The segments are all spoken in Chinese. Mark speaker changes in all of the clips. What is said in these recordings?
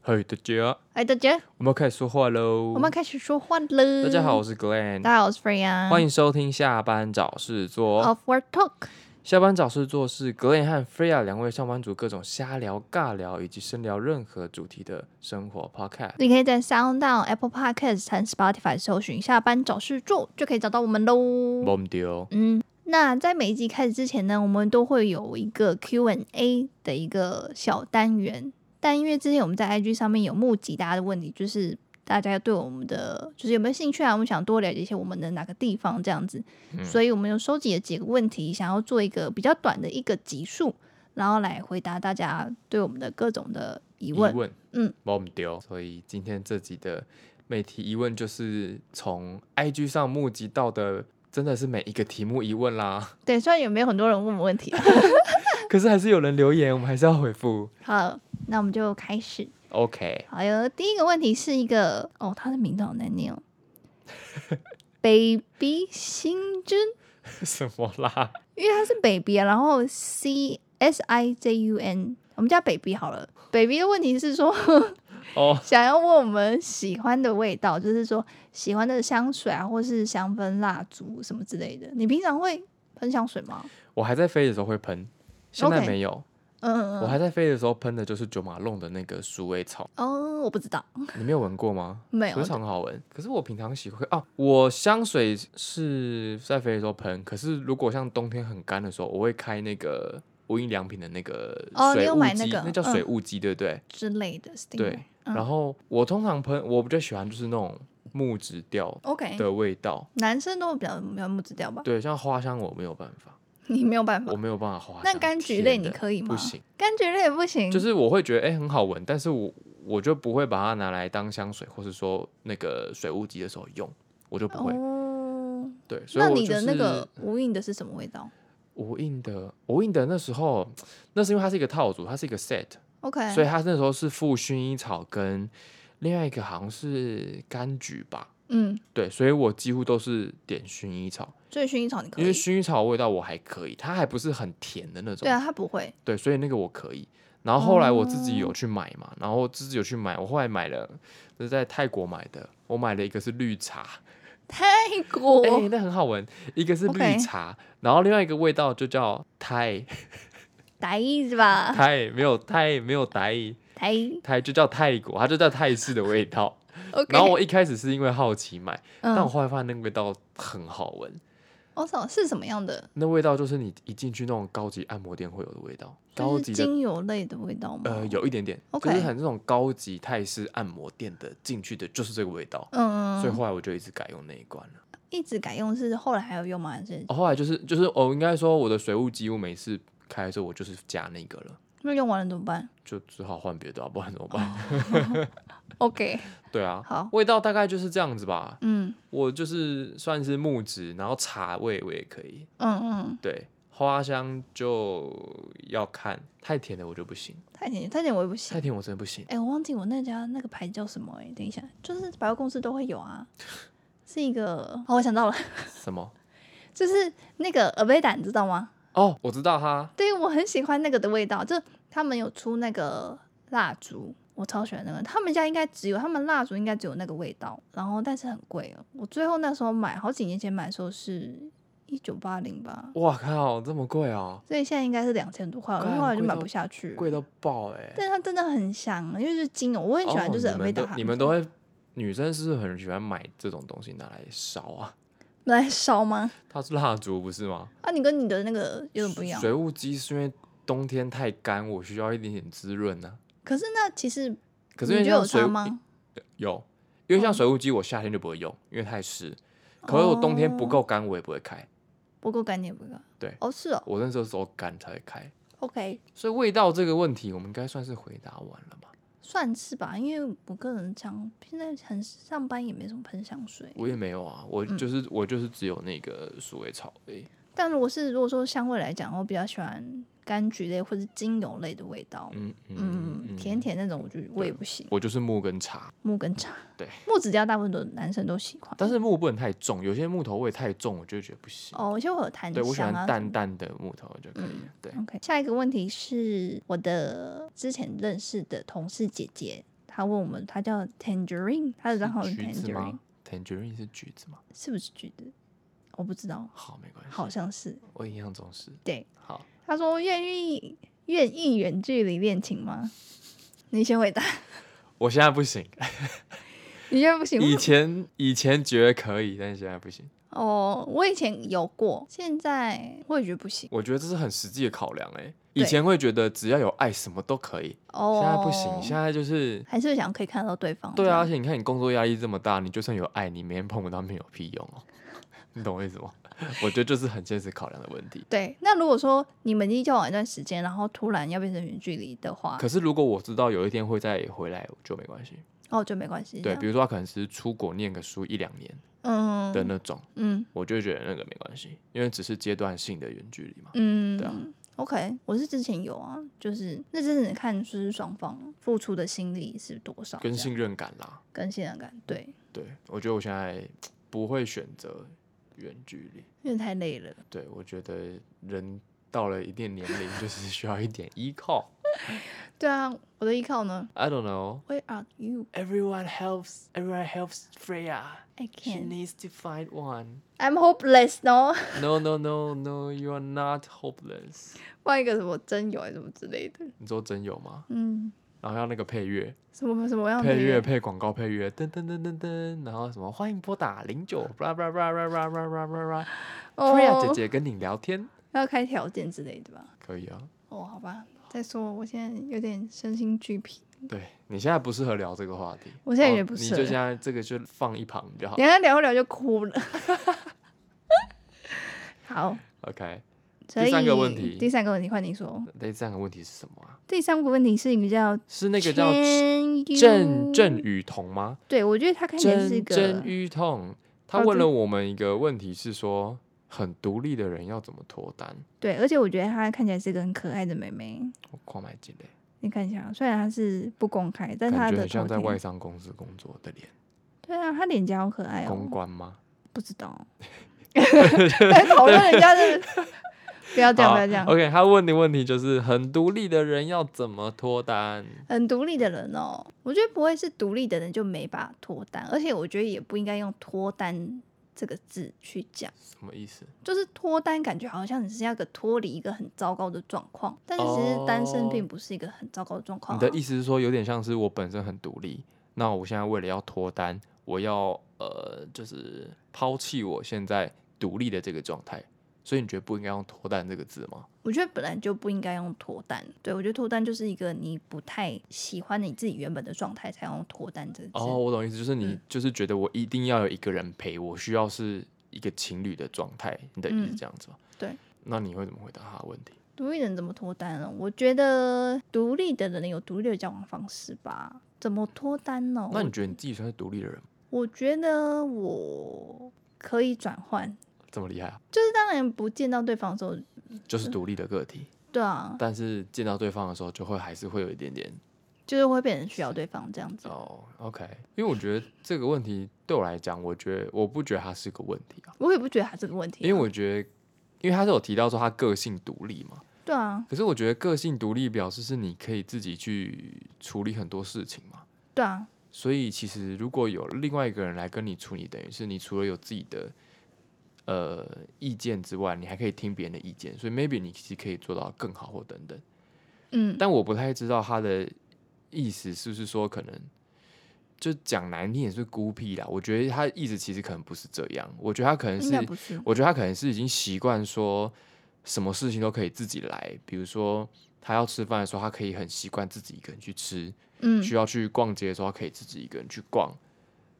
Speaker 1: 嗨，大家，
Speaker 2: 哎，大家，
Speaker 1: 我们要开始说话喽。
Speaker 2: 我们开始说话了。
Speaker 1: 哦大家好，我，是 Glenn，
Speaker 2: 大家好，我是 Freya，
Speaker 1: 欢
Speaker 2: 迎
Speaker 1: 迎收听下班找事做。
Speaker 2: Of Work Talk。
Speaker 1: 下班找事做是 Glenn 和 Freya 两位上班族各种瞎聊、尬聊以及深聊任何主题的生活 Podcast。
Speaker 2: 你可以在 Sound On、Apple Podcast 和 Spotify 搜寻“下班找事做”，就可以找到我们喽。
Speaker 1: 我们丢，
Speaker 2: 嗯，那在每一集开始之前呢，我们都会有一个 Q&A 的一个小单元。但因为之前我们在 IG 上面有募集大家的问题，就是大家对我们的就是有没有兴趣啊，我们想多了解一些我们的哪个地方这样子，
Speaker 1: 嗯
Speaker 2: 所以我们有收集了几个问题，想要做一个比较短的一个集数，然后来回答大家对我们的各种的疑
Speaker 1: 疑
Speaker 2: 问。
Speaker 1: 问，
Speaker 2: 嗯，
Speaker 1: 我们丢。所以今天这集的每题疑问就是从 IG 上募集到的，真的是每一个题目疑问啦。
Speaker 2: 对，虽然也没有很多人问我问题啊，
Speaker 1: 可是还是有人留言，我们还是要回复。
Speaker 2: 好，那我们就开始。
Speaker 1: OK，
Speaker 2: 好哟，第一个问题是一个哦，他的名字好难念 哦，Baby 新君，
Speaker 1: 什么啦？
Speaker 2: 因为他是 Baby，啊然后 C S I J U N，我们叫 Baby 好了。Baby 的问题是说，
Speaker 1: 哦、
Speaker 2: 想要问我们喜欢的味道，就是说喜欢的香水啊，或是香氛蜡烛什么之类的。你平常会喷香水吗？
Speaker 1: 我还在飞的时候会喷，现在
Speaker 2: OK
Speaker 1: 没有。
Speaker 2: 嗯，
Speaker 1: 我
Speaker 2: 嗯
Speaker 1: 还在飞的时候喷的就是九马弄的那个鼠尾 草，
Speaker 2: 嗯哦，我不知道，
Speaker 1: 你没有闻过吗？
Speaker 2: 没
Speaker 1: 鼠尾
Speaker 2: 有。
Speaker 1: 草很好闻，可是我平常喜欢哦。我香水是在飞的时候喷，可是如果像冬天很干的时候，我会开那个无印良品的那个
Speaker 2: 哦你
Speaker 1: 水
Speaker 2: 有
Speaker 1: 雾
Speaker 2: 买
Speaker 1: 机，
Speaker 2: 那个
Speaker 1: 叫
Speaker 2: 嗯
Speaker 1: 水雾机，对不对？
Speaker 2: 之类的 s t
Speaker 1: 对。然后我通常喷，我比较喜欢就是那种木质调
Speaker 2: OK，
Speaker 1: 的味道。
Speaker 2: 男生都比较没有木质调吧？
Speaker 1: 对，像花香我没有办法，
Speaker 2: 你没有办法
Speaker 1: 我。没有办法花香。
Speaker 2: 那柑橘类
Speaker 1: 天
Speaker 2: 你
Speaker 1: 哪
Speaker 2: 可以吗？
Speaker 1: 不行。
Speaker 2: 柑橘类也不行，
Speaker 1: 就是我会觉得哎、诶很好闻，但是我我就不会把它拿来当香水，或是说那个水雾机的时候用，我就不会。
Speaker 2: 哦。
Speaker 1: 对，所以
Speaker 2: 那
Speaker 1: 我
Speaker 2: 你
Speaker 1: 就
Speaker 2: 的那
Speaker 1: 是
Speaker 2: 个无印的是什么味道
Speaker 1: 无印的无印的那时候，那是因为它是一个套组，它是一个 set，、
Speaker 2: ？OK，
Speaker 1: 所以它那时候是附薰衣草跟另外一个好像是柑橘吧。
Speaker 2: 嗯，
Speaker 1: 对，所以我几乎都是点薰衣草，
Speaker 2: 所以薰衣草你可
Speaker 1: 因为
Speaker 2: 以，
Speaker 1: 薰衣草的味道我还可以，它还不是很甜的那种。
Speaker 2: 对啊，它 不会。
Speaker 1: 对，所以那个我可以。然后后来我自己有
Speaker 2: 哦
Speaker 1: 去买嘛，然后自己有去买，我后来买了，这是在泰国买的，我买了一个是绿茶，
Speaker 2: 泰
Speaker 1: 哎、
Speaker 2: 国、
Speaker 1: 那很好闻，一个是绿
Speaker 2: 哦 OK
Speaker 1: 茶然后另外一个味道就叫泰
Speaker 2: 台是吧？
Speaker 1: 泰，没有泰没有台
Speaker 2: 台
Speaker 1: 泰就叫泰国，它就叫泰式的味道。
Speaker 2: OK。
Speaker 1: 然后我一开始是因为好奇买，但我
Speaker 2: 嗯，
Speaker 1: 后来发现那个味道很好闻，哦
Speaker 2: 我操，是什么样的？
Speaker 1: 那味道就是你一进去那种高级按摩店会有的味道，
Speaker 2: 就
Speaker 1: 高
Speaker 2: 是
Speaker 1: 级的
Speaker 2: 精油类的味道吗？
Speaker 1: 呃，有一点点
Speaker 2: OK
Speaker 1: 就是很那种高级泰式按摩店的进去的就是这个味道，
Speaker 2: 嗯，嗯，
Speaker 1: 所以
Speaker 2: 嗯
Speaker 1: 后来我就一直改用那一罐了。
Speaker 2: 一直改用是后来还有用吗？还是
Speaker 1: 哦、后来就是就是我、哦、应该说我的水雾机，我每次开的时候我就是加那个了，
Speaker 2: 那用完了怎么办
Speaker 1: 就只好换别的、啊，不然怎么办？
Speaker 2: ？OK，
Speaker 1: 对啊，
Speaker 2: 哦好，
Speaker 1: 味道大概就是这样子吧。
Speaker 2: 嗯
Speaker 1: 我就是算是木质，然后茶味我也可以，
Speaker 2: 嗯嗯，
Speaker 1: 对，花香就要看，太甜的我就不行，
Speaker 2: 太甜太甜我也不行
Speaker 1: 太。甜我真的不行。
Speaker 2: 哎、我忘记我那家那个牌叫什么哎、等一下，就是百货公司都会有啊，是一个哦，我想到了，
Speaker 1: 什么？
Speaker 2: 就是那个 Aveda，你知道吗？
Speaker 1: 哦，我知道它，
Speaker 2: 对，我很喜欢那个的味道，就他们有出那个蜡烛，我超喜欢那个，他们家应该只有他们蜡烛应该只有那个味道，然后但是很贵哦，我最后那时候买，好几年前买的时候是一九八零吧，
Speaker 1: 哇靠，这么贵哦，
Speaker 2: 所以现在应该是两千多块，
Speaker 1: 干
Speaker 2: 我后来
Speaker 1: 啊
Speaker 2: 就
Speaker 1: 贵
Speaker 2: 买
Speaker 1: 到
Speaker 2: 不下去了。
Speaker 1: 贵到爆哎、
Speaker 2: 但它真的很香，因为是精油，我很喜欢，
Speaker 1: 哦
Speaker 2: 就是
Speaker 1: 你们
Speaker 2: Aveda
Speaker 1: 都
Speaker 2: 他
Speaker 1: 你
Speaker 2: 们
Speaker 1: 们都会，女生是不是很喜欢买这种东西拿来烧啊？
Speaker 2: 来烧吗？
Speaker 1: 它是蜡烛不是吗？
Speaker 2: 啊，你跟你的那个有点不一样。
Speaker 1: 水雾机是因为冬天太干，我需要一点点滋润呢、
Speaker 2: 可是那其实
Speaker 1: 可是因
Speaker 2: 你
Speaker 1: 为
Speaker 2: 觉得有
Speaker 1: 像
Speaker 2: 差
Speaker 1: 水
Speaker 2: 吗？
Speaker 1: 有，因为像
Speaker 2: 哦
Speaker 1: 水雾机我夏天就不会用，因为太湿。可是我冬天不够干，我也不会开。
Speaker 2: 不够干净，不够。
Speaker 1: 对
Speaker 2: 哦，是哦
Speaker 1: 我那时候只有干才会开。
Speaker 2: ，OK，
Speaker 1: 所以味道这个问题，我们应该算是回答完了吧？
Speaker 2: 算是吧，因为我个人讲，现在很上班也没什么喷香水，
Speaker 1: 我也没有啊，我
Speaker 2: 嗯
Speaker 1: 就是、我就是只有那个鼠尾草而已。
Speaker 2: 但如果是如果说香味来讲，我比较喜欢柑橘类或是精油类的味道，
Speaker 1: 嗯
Speaker 2: 嗯，甜。甜那种，我就我也
Speaker 1: 对
Speaker 2: 不行。
Speaker 1: 我就是木跟茶，
Speaker 2: 木跟茶，
Speaker 1: 对，
Speaker 2: 木质调大部分都男生都喜欢，
Speaker 1: 但是木不能太重，有些木头味太重，我就觉得不行。
Speaker 2: 哦，就会有檀
Speaker 1: 对我喜
Speaker 2: 香
Speaker 1: 欢
Speaker 2: 啊。
Speaker 1: 淡淡的木头就可以
Speaker 2: 嗯
Speaker 1: 了。对，
Speaker 2: OK，下一个问题是我的之前认识的同事姐姐，他问我们，他叫 Tangerine，他的账号是
Speaker 1: 橘子
Speaker 2: 哦 Tangerine，
Speaker 1: 吗？Tangerine 是橘子吗？
Speaker 2: 是不是橘子？我不知道，
Speaker 1: 好，没关系。
Speaker 2: 好，像是。
Speaker 1: 我印象中是
Speaker 2: 对，
Speaker 1: 好。
Speaker 2: 他说愿意愿意远距离恋情吗？你先回答，
Speaker 1: 我现在不 行，
Speaker 2: 你现在不行。
Speaker 1: 以前以前觉得可以，但是现在不行。
Speaker 2: 哦，我以前有过，现在我也觉得不行。
Speaker 1: 我觉得这是很实际的考量哎、
Speaker 2: 对
Speaker 1: 以前会觉得只要有爱什么都可以，
Speaker 2: 哦，
Speaker 1: 现在不行，现在就是
Speaker 2: 还是想可以看到对方。
Speaker 1: 对啊，而
Speaker 2: 这样，
Speaker 1: 且你看你工作压力这么大，你就算有爱，你每天碰不到面有屁用哦、 你懂我意思吗？ 我觉得这是很现实考量的问题。
Speaker 2: 对。那如果说你们已经交往一段时间，然后突然要变成远距离的话，
Speaker 1: 可是如果我知道有一天会再回来，就没关系。
Speaker 2: 哦，就没关系。
Speaker 1: 对，
Speaker 2: 这
Speaker 1: 比
Speaker 2: 样
Speaker 1: 如说他可能是出国念个书一两年
Speaker 2: 嗯，
Speaker 1: 的那种，
Speaker 2: 嗯
Speaker 1: 我就会觉得那个没关系，因为只是阶段性的远距离嘛。
Speaker 2: 嗯，
Speaker 1: 对啊
Speaker 2: OK，我是之前有啊，就是那真的看就是双方付出的心力是多少，
Speaker 1: 跟
Speaker 2: 这样
Speaker 1: 信任感啦。
Speaker 2: 跟信任感，对，
Speaker 1: 对，我觉得我现在不会选择远距离。
Speaker 2: 因为太累了。
Speaker 1: 对，我觉得人到了一定年龄，就是需要一点依靠。
Speaker 2: 对啊，我的依靠呢
Speaker 1: I don't know.
Speaker 2: ？Where are you?
Speaker 1: Everyone helps. Everyone helps Freya.
Speaker 2: I
Speaker 1: She
Speaker 2: can.
Speaker 1: needs to find one.
Speaker 2: I'm hopeless. No，
Speaker 1: No, no, no, no. You are not hopeless.
Speaker 2: 换一个什么真友还是什么之类的。
Speaker 1: 你说真有吗？
Speaker 2: 嗯，
Speaker 1: 然后要那个配乐，
Speaker 2: 什么什么样的
Speaker 1: 配乐配广告配乐，噔噔噔噔噔，然后什么欢迎拨打零九，blah blah blah blah blah blah blah blah blah。Freya 姐
Speaker 2: 哦，
Speaker 1: 姐跟你聊天，
Speaker 2: 要开条件之类的吧？
Speaker 1: 可以啊。
Speaker 2: 哦，好吧，再说，我现在有点身心俱疲。
Speaker 1: 对你现在不适合聊这个话题，
Speaker 2: 我现在
Speaker 1: 哦
Speaker 2: 也不
Speaker 1: 你
Speaker 2: 适
Speaker 1: 就
Speaker 2: 合
Speaker 1: 现在这个就放一旁就好
Speaker 2: 等。一下聊一聊就哭了。 好，
Speaker 1: OK，
Speaker 2: 所以
Speaker 1: 第三个问题
Speaker 2: 第三个问题换你说。
Speaker 1: 那这样的问题是什么啊？
Speaker 2: 第三个问题是一个叫
Speaker 1: 是那个叫
Speaker 2: 千优
Speaker 1: 郑郑，雨桐吗？
Speaker 2: 对我觉得他看起来是一
Speaker 1: 郑
Speaker 2: 个
Speaker 1: 郑雨桐，他
Speaker 2: 好
Speaker 1: 问
Speaker 2: 的
Speaker 1: 了我们一个问题，是说很独立的人要怎么脱单？
Speaker 2: 对，而且我觉得她看起来是一个很可爱的妹妹。
Speaker 1: 我狂买几类，
Speaker 2: 你看一下，虽然她是不公开，但
Speaker 1: 感
Speaker 2: 她
Speaker 1: 觉
Speaker 2: 的
Speaker 1: 很
Speaker 2: 头
Speaker 1: 像在
Speaker 2: 贴，
Speaker 1: 外商公司工作的脸，
Speaker 2: 对啊，她脸颊好可爱
Speaker 1: 公
Speaker 2: 哦。
Speaker 1: 关吗？
Speaker 2: 不知道，在讨论人家 的，不要这样，
Speaker 1: 好
Speaker 2: 不要这样。
Speaker 1: OK，他问的问题就是很独立的人要怎么脱单？
Speaker 2: 很独立的人哦，我觉得不会是独立的人就没办法脱单，而且我觉得也不应该用脱单这个字去讲，
Speaker 1: 什么意思？
Speaker 2: 就是脱单感觉好像你是要个脱离一个很糟糕的状况，但是其实单身
Speaker 1: 哦
Speaker 2: 并不是一个很糟糕的状况、
Speaker 1: 你
Speaker 2: 啊。
Speaker 1: 的意思是说，有点像是我本身很独立，那我现在为了要脱单，我要呃，就是抛弃我现在独立的这个状态，所以你觉得不应该用脱单这个字吗？
Speaker 2: 我觉得本来就不应该用脱单，对我觉得脱单就是一个你不太喜欢你自己原本的状态才用脱单这个字。
Speaker 1: 哦，我懂意思，就是你、
Speaker 2: 嗯
Speaker 1: 就是觉得我一定要有一个人陪我，需要是一个情侣的状态，你的意思
Speaker 2: 嗯
Speaker 1: 这样子吗？
Speaker 2: 对。
Speaker 1: 那你会怎么回答他的问题？
Speaker 2: 独立人怎么脱单呢？我觉得独立的人有独立的交往方式吧，怎么脱单呢？
Speaker 1: 那你觉得你自己算是独立的人吗？
Speaker 2: 我觉得我可以转换，
Speaker 1: 这么厉害啊？
Speaker 2: 就是当然不见到对方的时候，嗯
Speaker 1: 就是独立的个体，
Speaker 2: 对啊，
Speaker 1: 但是见到对方的时候，就会还是会有一点点
Speaker 2: 就是会变成需要对方这样子。
Speaker 1: 哦、o k 因为我觉得这个问题对我来讲，我觉得我不觉得它是个问题啊，
Speaker 2: 我也不觉得他这个问题啊、
Speaker 1: 因为我觉得，因为他是有提到说他个性独立嘛，
Speaker 2: 对啊，
Speaker 1: 可是我觉得个性独立表示是你可以自己去处理很多事情嘛，
Speaker 2: 对啊，
Speaker 1: 所以其实如果有另外一个人来跟你处理，等于是你除了有自己的呃意见之外，你还可以听别人的意见，所以 maybe 你其实可以做到更好或等等。
Speaker 2: 嗯，
Speaker 1: 但我不太知道他的意思是不是说可能就讲难听也是孤僻啦。我觉得他的意思其实可能不是这样，我觉得他可能
Speaker 2: 应
Speaker 1: 是
Speaker 2: 该，不是。
Speaker 1: 我觉得他可能是已经习惯说什么事情都可以自己来，比如说。他要吃饭的时候，他可以很习惯自己一个人去吃；
Speaker 2: 嗯
Speaker 1: 需要去逛街的时候，他可以自己一个人去逛，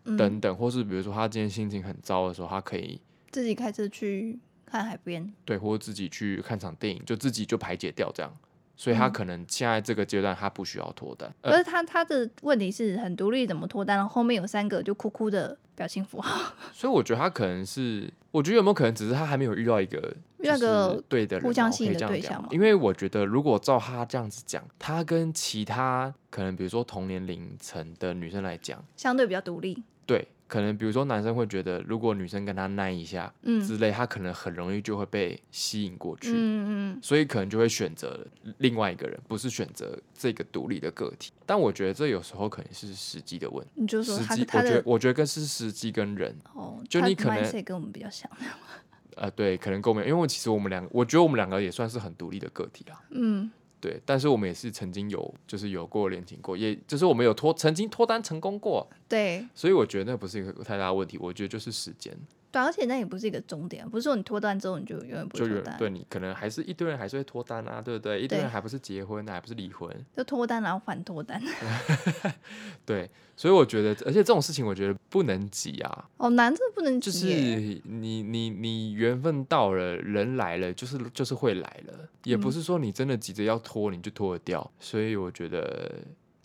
Speaker 2: 嗯，
Speaker 1: 等等。或是比如说，他今天心情很糟的时候，他可以
Speaker 2: 自己开车去看海边，
Speaker 1: 对，或者自己去看场电影，就自己就排解掉这样。所以他
Speaker 2: 嗯
Speaker 1: 可能现在这个阶段，他不需要脱单。呃
Speaker 2: 可是他他的问题是很独立，怎么脱单？然后后面有三个就哭哭的表情符号。
Speaker 1: 所以我觉得他可能是，我我觉得有没有可能只是他还没有遇到一个
Speaker 2: 遇到
Speaker 1: 就是
Speaker 2: 个
Speaker 1: 对的人
Speaker 2: 互
Speaker 1: 嘛
Speaker 2: 相
Speaker 1: 我
Speaker 2: 吸
Speaker 1: 可以
Speaker 2: 引的
Speaker 1: 这样
Speaker 2: 对
Speaker 1: 讲
Speaker 2: 象
Speaker 1: 嘛
Speaker 2: 嘛
Speaker 1: 因为我觉得如果照他这样子讲，他跟其他可能比如说同年龄层的女生来讲，
Speaker 2: 相对比较独立，
Speaker 1: 对，可能比如说男生会觉得，如果女生跟他耐一下
Speaker 2: 嗯
Speaker 1: 之类，他可能很容易就会被吸引过去。
Speaker 2: 嗯嗯
Speaker 1: 所以可能就会选择另外一个人，不是选择这个独立的个体。但我觉得这有时候可能是时机的问题，
Speaker 2: 嗯，你就说
Speaker 1: 时
Speaker 2: 他
Speaker 1: 机，
Speaker 2: 他
Speaker 1: 我觉得
Speaker 2: 的
Speaker 1: 我觉得跟是时机跟人，
Speaker 2: 哦，
Speaker 1: 就
Speaker 2: 他
Speaker 1: 你
Speaker 2: 的
Speaker 1: 可能
Speaker 2: mindset 跟我们比较像，
Speaker 1: 呃，对，可能共鸣，因为其实我们两个，我觉得我们两个也算是很独立的个体啦。
Speaker 2: 嗯，
Speaker 1: 对，但是我们也是曾经有，就是有过恋情过，也就是我们有脱，曾经脱单成功过，
Speaker 2: 对
Speaker 1: 所以我觉得那不是一个太大的问题，我觉得就是时间，
Speaker 2: 对，而且那也不是一个终点，不是说你脱单之后你就永远不
Speaker 1: 就
Speaker 2: 会
Speaker 1: 有
Speaker 2: 脱单，
Speaker 1: 对你可能还是一堆人还是会脱单啊，对不对？一堆
Speaker 2: 对
Speaker 1: 人还不是结婚，还不是离婚，
Speaker 2: 就脱单然后反脱单，
Speaker 1: 对，所以我觉得，而且这种事情我觉得不能急啊，
Speaker 2: 好哦难，这不能
Speaker 1: 就
Speaker 2: 急耶
Speaker 1: 是你你你缘分到了，人来了，就是就是会来了，也不
Speaker 2: 嗯
Speaker 1: 是说你真的急着要拖你就拖得掉。所以我觉得，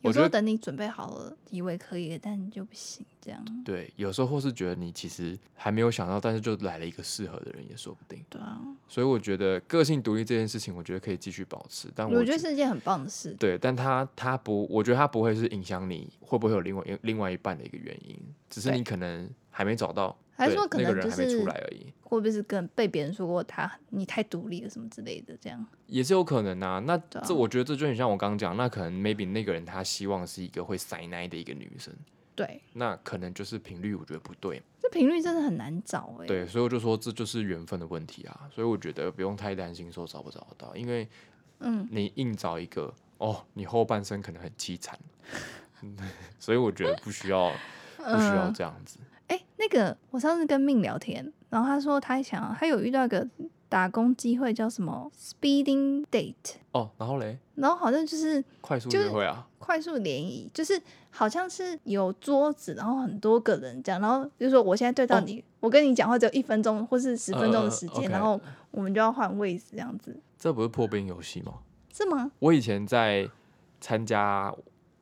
Speaker 1: 我
Speaker 2: 有时
Speaker 1: 觉
Speaker 2: 候
Speaker 1: 得
Speaker 2: 等你准备好了，以为可以了，但你就不行，这样
Speaker 1: 对，有时候或是觉得你其实还没有想到，但是就来了一个适合的人也说不定。
Speaker 2: 对啊，
Speaker 1: 所以我觉得个性独立这件事情，我觉得可以继续保持，但我
Speaker 2: 我觉得是一件很棒的事，
Speaker 1: 对，但他他不，我觉得他不会是影响你会不会有另外另外一半的一个原因，只是
Speaker 2: 对
Speaker 1: 你可能还没找到，
Speaker 2: 还是
Speaker 1: 对
Speaker 2: 说可
Speaker 1: 那个
Speaker 2: 能
Speaker 1: 人
Speaker 2: 就
Speaker 1: 还没
Speaker 2: 是
Speaker 1: 出来而已。
Speaker 2: 会不会是跟被别人说过他你太独立了什么之类的这样？
Speaker 1: 也是有可能啊。那
Speaker 2: 对啊
Speaker 1: 这我觉得这就很像我刚刚讲，那可能 maybe 那个人他希望是一个会塞奶的一个女生，
Speaker 2: 对，
Speaker 1: 那可能就是频率我觉得不对，
Speaker 2: 这频率真的很难找哎、
Speaker 1: 对，所以我就说这就是缘分的问题啊。所以我觉得不用太担心说找不找得到，因为
Speaker 2: 嗯，
Speaker 1: 你硬找一个哦，你后半生可能很凄惨。 所以我觉得不需要，不需要
Speaker 2: 嗯
Speaker 1: 这样子。
Speaker 2: 哎、那个我上次跟命聊天，然后他说他想他有遇到一个打工机会叫什么 speeding date，
Speaker 1: 哦，然后嘞，
Speaker 2: 然后好像就是
Speaker 1: 快速
Speaker 2: 就
Speaker 1: 约
Speaker 2: 是
Speaker 1: 会啊，
Speaker 2: 快速联谊，就是好像是有桌子，然后很多个人这样，然后就说我现在对到
Speaker 1: 哦
Speaker 2: 你，我跟你讲话只有一分钟或是十分钟
Speaker 1: 嗯嗯
Speaker 2: 的
Speaker 1: 嗯
Speaker 2: 时间，
Speaker 1: ，OK
Speaker 2: 然后我们就要换位置这样子，
Speaker 1: 这不是破冰游戏吗？
Speaker 2: 是吗？
Speaker 1: 我以前在参加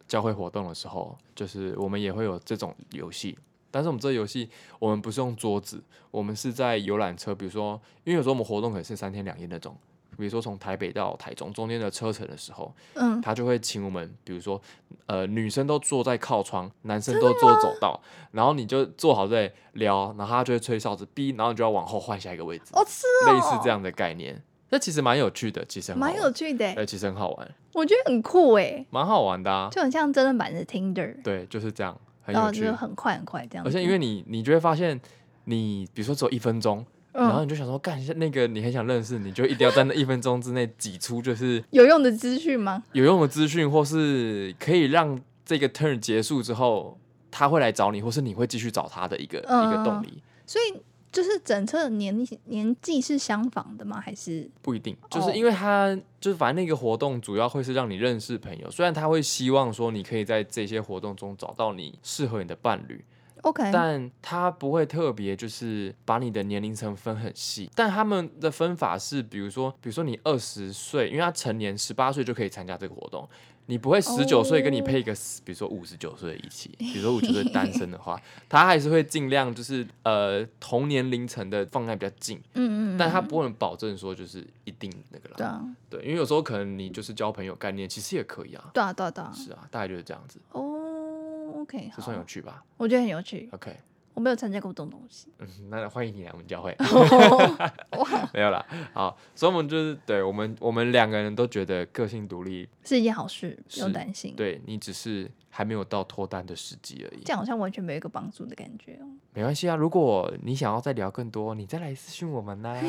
Speaker 1: 教会活动的时候，就是我们也会有这种游戏，但是我们这个游戏我们不是用桌子，我们是在游览车，比如说，因为有时候我们活动可能是三天两夜那种，比如说从台北到台中中间的车程的时候，
Speaker 2: 嗯，
Speaker 1: 他就会请我们，比如说，呃，女生都坐在靠窗，男生都坐走道，然后你就坐好在聊，然后他就会吹哨子，哔，然后你就要往后换下一个位置，
Speaker 2: 哦，是哦，
Speaker 1: 类似这，样的概念。那其实蛮有趣的，其实很好
Speaker 2: 蛮
Speaker 1: 玩哎
Speaker 2: 有趣的欸、
Speaker 1: 对，其实很好玩。
Speaker 2: 我觉得很酷哎、
Speaker 1: 蛮好玩的啊。
Speaker 2: 就很像真人版的 Tinder，
Speaker 1: 对，就是这样，很
Speaker 2: 然后
Speaker 1: 有
Speaker 2: 哦就是
Speaker 1: 趣。
Speaker 2: 很快很快这样子，
Speaker 1: 而且因为你，你就会发现你，比如说只有一分钟，然后
Speaker 2: 嗯
Speaker 1: 你就想说，干那个你很想认识，你就一定要在那一分钟之内挤出就是
Speaker 2: 有用的资讯吗？
Speaker 1: 有用的资讯，或是可以让这个 turn 结束之后，他会来找你，或是你会继续找他的一个、一个动
Speaker 2: 嗯
Speaker 1: 力。
Speaker 2: 所以就是整车的年年纪是相仿的吗？还是
Speaker 1: 不一定，就是
Speaker 2: 哦
Speaker 1: 因为他就是反正那个活动主要会是让你认识朋友，虽然他会希望说你可以在这些活动中找到你适合你的伴侣，
Speaker 2: OK？
Speaker 1: 但他不会特别就是把你的年龄层分很细，但他们的分法是，比如说，比如说你二十岁，因为他成年十八岁就可以参加这个活动，你不会十九岁跟你配一个10，比如说五十九岁的一
Speaker 2: 哦
Speaker 1: 起，比如说五十岁单身的话， 他还是会尽量就是呃同年龄层的放在比较近，
Speaker 2: 嗯嗯，嗯
Speaker 1: 但他不能保证说就是一定那个
Speaker 2: 对
Speaker 1: 啦，
Speaker 2: 啊
Speaker 1: 对，因为有时候可能你就是交朋友概念，其实也可以啊，
Speaker 2: 对啊对啊对啊
Speaker 1: 是啊，大概就是这样子，
Speaker 2: 哦，OK，
Speaker 1: 这算有
Speaker 2: 好，
Speaker 1: 趣吧
Speaker 2: 我觉得很有趣，
Speaker 1: ？OK，
Speaker 2: 我没有参加过这种东西，
Speaker 1: 嗯，那欢迎你来我们教会。
Speaker 2: 哦哇，
Speaker 1: 没有啦，好，所以我们就是对我们我们两个人都觉得个性独立，
Speaker 2: 是一件好事，不用
Speaker 1: 是
Speaker 2: 担心。
Speaker 1: 对你只是还没有到脱单的时机而已
Speaker 2: 这。样好像完全没有一个帮助的感觉哦。
Speaker 1: 没关系啊，如果你想要再聊更多，你再来私讯我 们啦，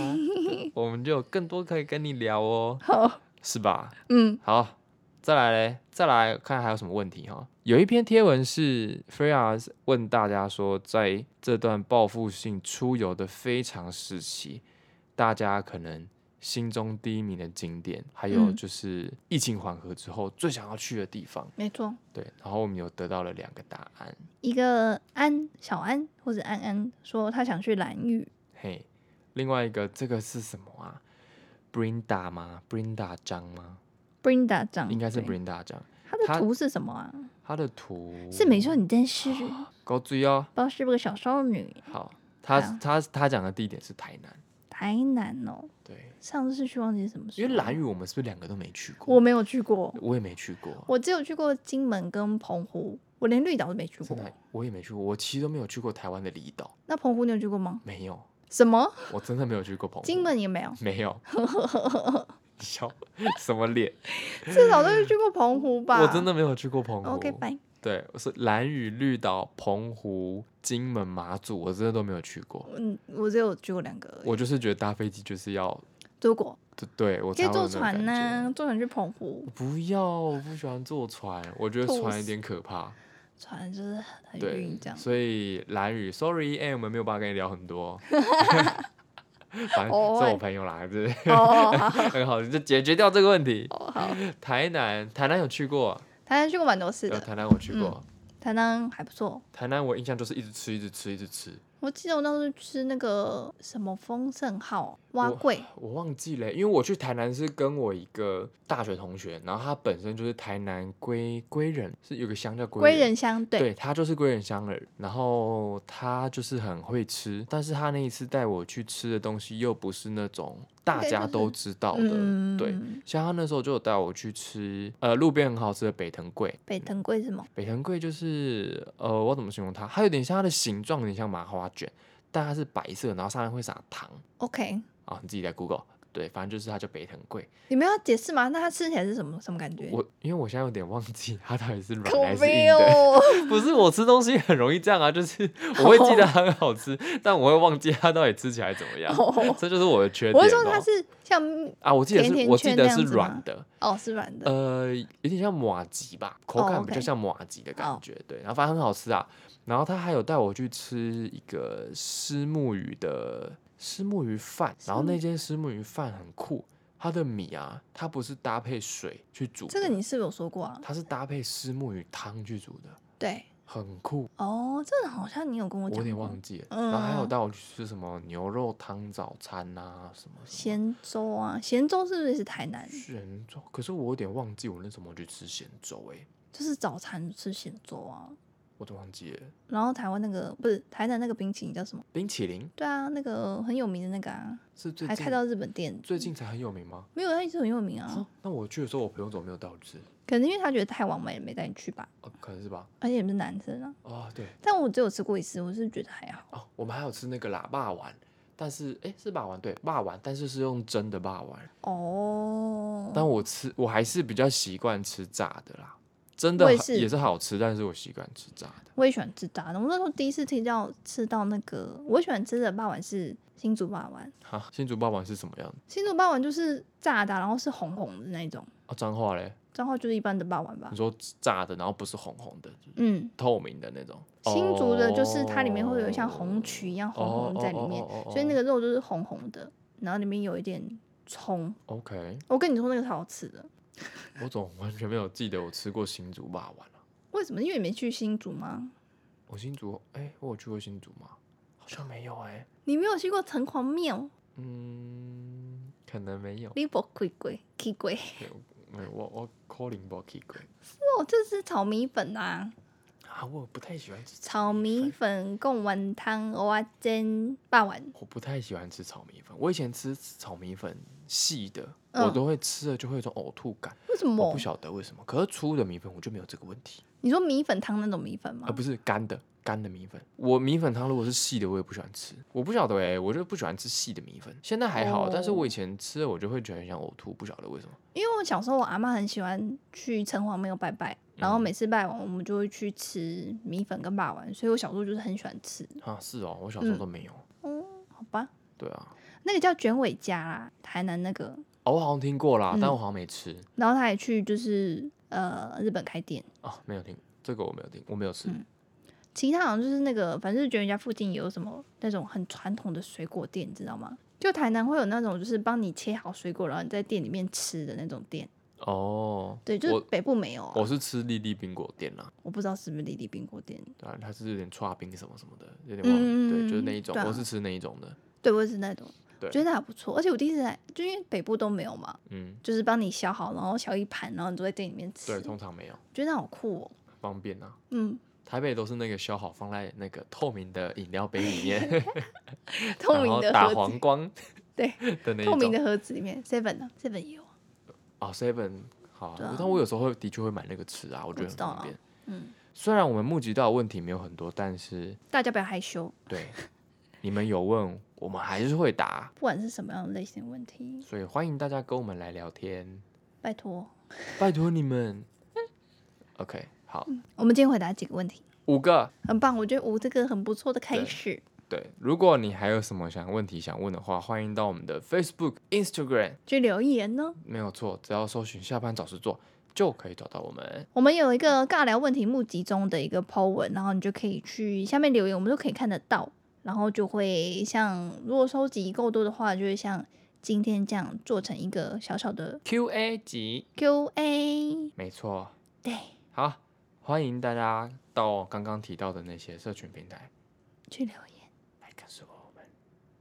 Speaker 1: 我们就有更多可以跟你聊哦，
Speaker 2: 好，
Speaker 1: 是吧？
Speaker 2: 嗯，
Speaker 1: 好，再来嘞，再来看还有什么问题哈。有一篇贴文是 Freya 问大家说，在这段报复性出游的非常时期，大家可能心中第一名的景点，还有
Speaker 2: 嗯
Speaker 1: 就是疫情缓和之后最想要去的地方。
Speaker 2: 没错，
Speaker 1: 对，然后我们有得到了两个答案，
Speaker 2: 一个安小安或者安安说他想去蓝屿，
Speaker 1: 嘿，另外一个这个是什么啊？Brinda 吗？Brinda 张吗？
Speaker 2: Brinda 长
Speaker 1: 应该是
Speaker 2: 对
Speaker 1: Brinda 张，
Speaker 2: 他的
Speaker 1: 他
Speaker 2: 图是什么啊？
Speaker 1: 他的图
Speaker 2: 是没错，你真是
Speaker 1: 高追哦。
Speaker 2: 不知道是不是个小少女。
Speaker 1: 好，他
Speaker 2: 啊
Speaker 1: 他他讲的地点是台南，
Speaker 2: 台南哦，
Speaker 1: 对，
Speaker 2: 上次去忘记什么时
Speaker 1: 因
Speaker 2: 候，
Speaker 1: 为兰屿我们是不是两个都没去过？
Speaker 2: 我没有去过，
Speaker 1: 我也没去过，
Speaker 2: 我只有去过金门跟澎湖，我连绿岛都没去过
Speaker 1: 真。的我也没去过，我其实都没有去过台湾的离岛，
Speaker 2: 那澎湖你有去过吗？
Speaker 1: 没有，
Speaker 2: 什么？
Speaker 1: 我真的没有去过澎湖，
Speaker 2: 金门也没有，
Speaker 1: 没 有，笑什么脸？
Speaker 2: 至少都是去过澎湖吧？
Speaker 1: 我真的没有去过澎湖。
Speaker 2: OK 拜。
Speaker 1: 对，我是兰屿、绿岛、澎湖、金门、马祖，我真的都没有去过。
Speaker 2: 嗯，我只有去过两个而已，
Speaker 1: 我就是觉得搭飞机就是要，
Speaker 2: 德国
Speaker 1: 对对我
Speaker 2: 可
Speaker 1: 才
Speaker 2: 以
Speaker 1: 会有
Speaker 2: 坐
Speaker 1: 那种
Speaker 2: 船
Speaker 1: 感
Speaker 2: 呢、
Speaker 1: 觉
Speaker 2: 坐船去澎湖，
Speaker 1: 不要，我不喜欢坐船，我觉得
Speaker 2: 吐
Speaker 1: 船有
Speaker 2: 死
Speaker 1: 点可怕。
Speaker 2: 船就是很
Speaker 1: 对
Speaker 2: 晕这，样。
Speaker 1: 所以蓝宇，sorry，哎、我们没有办法跟你聊很 多。反正
Speaker 2: 哦
Speaker 1: 是
Speaker 2: 哎
Speaker 1: 我朋友啦，就是
Speaker 2: 哦，好
Speaker 1: 很好，就解决掉这个问题。
Speaker 2: 好哦好，
Speaker 1: 台南，台南有去过，
Speaker 2: 台南去过蛮多次
Speaker 1: 有
Speaker 2: 的，嗯
Speaker 1: 台南我去过，
Speaker 2: 台南还不错。
Speaker 1: 台南我印象就是一直吃，一直吃，一直吃，
Speaker 2: 我记得我当时吃那个什么丰盛号蛙桂，
Speaker 1: 我忘记了，因为我去台南是跟我一个大学同学，然后他本身就是台南归归人，是有个乡叫
Speaker 2: 归
Speaker 1: 归
Speaker 2: 仁乡对，
Speaker 1: 对他就是归仁乡人，然后他就是很会吃，但是他那一次带我去吃的东西又不是那种大
Speaker 2: 应该
Speaker 1: 家
Speaker 2: 就是
Speaker 1: 都知道的，
Speaker 2: 嗯，
Speaker 1: 对，像他那时候就有带我去吃，呃，路边很好吃的北藤贵，
Speaker 2: 北藤贵是吗？
Speaker 1: 北藤贵就是，呃，我怎么形容它？它有点像它的形状，有点像麻花卷，但它是白色，然后上面会撒糖
Speaker 2: OK，
Speaker 1: 啊，你自己在 Google。对，反正就是它叫北藤贵。
Speaker 2: 你们要解释吗？那它吃起来是什么什么感觉？
Speaker 1: 我因为我现在有点忘记它到底是软
Speaker 2: 口
Speaker 1: 还是硬
Speaker 2: 碑
Speaker 1: 的。
Speaker 2: 哦，
Speaker 1: 不是我吃东西很容易这样啊，就是 我会记得它很好吃，但我会忘记它到底吃起来怎么样，
Speaker 2: 哦
Speaker 1: 这就是我的缺点、哦。
Speaker 2: 我是说它是像
Speaker 1: 啊，我记得是
Speaker 2: 甜甜
Speaker 1: 我记
Speaker 2: 圈
Speaker 1: 得
Speaker 2: 那样
Speaker 1: 是
Speaker 2: 子
Speaker 1: 软
Speaker 2: 吗
Speaker 1: 的，
Speaker 2: 哦是软的，
Speaker 1: 呃，有点像马吉吧，口
Speaker 2: 哦
Speaker 1: 感比较
Speaker 2: OK 哦
Speaker 1: 像马吉的感
Speaker 2: 好
Speaker 1: 觉。对，然后反正很好吃啊。然后他还有带我去吃一个虱目鱼的虱目鱼饭，然后
Speaker 2: 虱目
Speaker 1: 那间虱目鱼饭很酷，它的米啊，它不是搭配水去煮的，
Speaker 2: 这个你是不是有说过啊？
Speaker 1: 它是搭配虱目鱼汤去煮的，
Speaker 2: 对，
Speaker 1: 很酷。
Speaker 2: 哦，这个好像你有跟我
Speaker 1: 我
Speaker 2: 讲，
Speaker 1: 有点忘，记了，然后还有
Speaker 2: 嗯
Speaker 1: 带我去吃什么牛肉汤早餐啊，什么什么
Speaker 2: 咸粥啊，咸粥是不是也是台南？
Speaker 1: 咸粥，可是我有点忘记我那时候有去吃咸粥哎、欸
Speaker 2: 就是早餐吃咸粥啊，
Speaker 1: 我都忘记了
Speaker 2: 然后台湾那个不是台南那个冰淇淋叫什么？
Speaker 1: 冰淇淋。
Speaker 2: 对啊，那个很有名的那个啊，
Speaker 1: 是最
Speaker 2: 还
Speaker 1: 近
Speaker 2: 开到日本店，
Speaker 1: 最近才很有名吗？
Speaker 2: 没有，他一直很有名啊
Speaker 1: 啊。那我去的时候，我朋友怎么没有带我去吃？
Speaker 2: 可能因为他觉得太完美了，没带你去吧。
Speaker 1: 哦，可能是吧。
Speaker 2: 而且也不是男生啊，
Speaker 1: 哦，对，
Speaker 2: 但我只有吃过一次，我是觉得还好。
Speaker 1: 哦，我们还有吃那个啦，霸丸，但是诶，是霸丸，对，霸丸，但是是用蒸的霸丸。
Speaker 2: 哦，
Speaker 1: 但我吃，我还是比较习惯吃炸的啦。真的
Speaker 2: 我也
Speaker 1: 好
Speaker 2: 是
Speaker 1: 也是好吃，但是我习惯吃炸的。
Speaker 2: 我也喜欢吃炸的。我那时候第一次听到吃到那个，我喜欢吃的霸碗是新竹霸碗，
Speaker 1: 哈，新竹霸丸是什么样的？
Speaker 2: 新竹霸碗就是炸的啊，然后是红红的那种，
Speaker 1: 啊，脏话嘞？
Speaker 2: 然后就是一般的霸碗吧
Speaker 1: 你。说炸的，然后不是红红的，
Speaker 2: 嗯，
Speaker 1: 透明的那种。
Speaker 2: 新竹的就是它里面会有像
Speaker 1: 哦
Speaker 2: 红曲一样红红在里面
Speaker 1: 哦哦哦哦哦，哦
Speaker 2: 所以那个肉就是红红的，然后里面有一点葱。
Speaker 1: OK，
Speaker 2: 我跟你说那个超好吃的，
Speaker 1: 我怎么完全没有记得我吃过新竹霸丸啊？
Speaker 2: 为什么？因为你没去新竹吗？
Speaker 1: 我新竹，哎、我有去过新竹吗？好像没有哎、
Speaker 2: 你没有去过城隍庙，
Speaker 1: 嗯，可能没有。
Speaker 2: 你不贵贵，贵贵。
Speaker 1: 对我我我 calling 不 k 鬼
Speaker 2: 哦，这是炒米粉啊，
Speaker 1: 啊，我不太喜欢吃，
Speaker 2: 炒米粉、贡丸汤、蚵仔煎、霸丸。
Speaker 1: 我不太喜欢吃炒米粉。我以前吃炒米粉细的，我
Speaker 2: 嗯
Speaker 1: 都会吃了就会有一种呕吐感，
Speaker 2: 为什
Speaker 1: 我
Speaker 2: 么
Speaker 1: 不？晓得为什么。可是粗的米粉我就没有这个问题，
Speaker 2: 你说米粉汤那种米粉吗？
Speaker 1: 而、啊不是干的干的米粉。我米粉汤如果是细的，我也不喜欢吃。我不晓得哎、我就不喜欢吃细的米粉。现在还好，但是
Speaker 2: 哦
Speaker 1: 我以前吃了我就会觉得很想呕吐，不晓得为什么。
Speaker 2: 因为我小时候我阿妈很喜欢去城隍庙拜拜，
Speaker 1: 嗯
Speaker 2: 然后每次拜完我们就会去吃米粉跟霸丸，所以我小时候就是很喜欢吃。
Speaker 1: 啊，是哦，我小时候
Speaker 2: 嗯
Speaker 1: 都没有。
Speaker 2: 嗯，好吧，
Speaker 1: 对啊，
Speaker 2: 那个叫卷尾家啦，台南那个，
Speaker 1: 哦，我好像听过
Speaker 2: 嗯
Speaker 1: 啦，但我好像没吃。
Speaker 2: 然后他也去就是呃日本开店，
Speaker 1: 啊，没有听这个，我没有听，我没有吃。
Speaker 2: 嗯其他好像就是那个，反正卷尾家附近有什么那种很传统的水果店，你知道吗？就台南会有那种就是帮你切好水果，然后你在店里面吃的那种店，
Speaker 1: 哦，
Speaker 2: 对，就是
Speaker 1: 我
Speaker 2: 北部没有啊，
Speaker 1: 我
Speaker 2: 我
Speaker 1: 是吃丽丽冰果店啦，
Speaker 2: 不知道是不是丽丽冰果店，
Speaker 1: 对啊，它是有点串冰什么什么的，有点忘了，对，就是那一种，
Speaker 2: 嗯嗯嗯对啊
Speaker 1: 我是吃那一种的。
Speaker 2: 对，我也是那种，
Speaker 1: 对
Speaker 2: 觉得还不错，而且我第一次来，就因为北部都没有嘛，
Speaker 1: 嗯，
Speaker 2: 就是帮你削好，然后削一盘，然后你就在店里面吃
Speaker 1: 对，，通常没有，
Speaker 2: 觉得好酷哦，
Speaker 1: 方便啊。
Speaker 2: 嗯，
Speaker 1: 台北都是那个削好放在那个透明的饮料杯里面，
Speaker 2: 透
Speaker 1: 然
Speaker 2: 明
Speaker 1: 后
Speaker 2: 的
Speaker 1: 打
Speaker 2: 盒
Speaker 1: 黄
Speaker 2: 子，
Speaker 1: 光
Speaker 2: 对，
Speaker 1: 的那一
Speaker 2: 透
Speaker 1: 种。
Speaker 2: 明的盒子里面，seven 呢，seven 也有，
Speaker 1: 哦，seven 好啊
Speaker 2: 对啊，
Speaker 1: 但我有时候会的确会买那个吃啊，我觉得
Speaker 2: 知
Speaker 1: 很
Speaker 2: 道
Speaker 1: 方
Speaker 2: 啊
Speaker 1: 便。
Speaker 2: 嗯，
Speaker 1: 虽然我们募集到的问题没有很多，但是
Speaker 2: 大家不要害羞，
Speaker 1: 对你们有问，我们还是会答，
Speaker 2: 不管是什么样的类型的问题，
Speaker 1: 所以欢迎大家跟我们来聊天，
Speaker 2: 拜托，
Speaker 1: 拜托你们。OK，好，
Speaker 2: 我们今天回答几个问题，
Speaker 1: 五个。
Speaker 2: 很棒，我觉得五这个很不错的开
Speaker 1: 对
Speaker 2: 始，
Speaker 1: 对，如果你还有什么想问题想问的话，欢迎到我们的 Facebook、Instagram，
Speaker 2: 去留言呢。
Speaker 1: 没有错，只要搜寻“下班找事做”就可以找到我们。
Speaker 2: 我们有一个尬聊问题募集中的一个 po 文，然后你就可以去下面留言，我们都可以看得到。然后就会像，如果收集够多的话，就会像今天这样做成一个小小的
Speaker 1: Q&A 集，
Speaker 2: Q&A。
Speaker 1: 没错，
Speaker 2: 对，
Speaker 1: 好，欢迎大家到刚刚提到的那些社群平台
Speaker 2: 去留言，
Speaker 1: 来告诉我们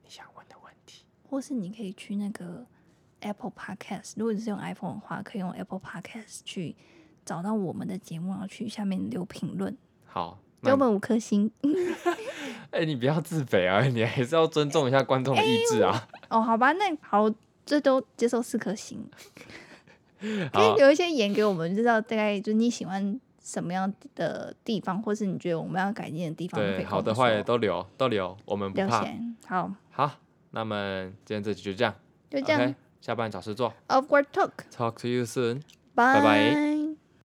Speaker 1: 你想问的问题。
Speaker 2: 或是你可以去那个 Apple Podcast，如果你是用 iPhone 的话，可以用 Apple Podcast 去找到我们的节目，然后去下面留评论，
Speaker 1: 好，
Speaker 2: 给
Speaker 1: 那
Speaker 2: 我们五颗星。
Speaker 1: 哎、你不要自卑啊，你还是要尊重一下观众的意志啊。
Speaker 2: 哦，好吧，那好，这都接受四 颗星。哎可
Speaker 1: 好
Speaker 2: 以留一些言给我们，知道大概就是你喜欢什么样的地方，或是你觉得我们要改进的地方。可以
Speaker 1: 对，
Speaker 2: 跟
Speaker 1: 好
Speaker 2: 我
Speaker 1: 的
Speaker 2: 们说
Speaker 1: 坏的都留，都留，我们不
Speaker 2: 留
Speaker 1: 怕。
Speaker 2: 言。好，
Speaker 1: 好，那么今天这集就这样，
Speaker 2: 就这样。
Speaker 1: OK，下班找事做
Speaker 2: Upward talk，
Speaker 1: ，Talk to you soon。
Speaker 2: 拜
Speaker 1: 拜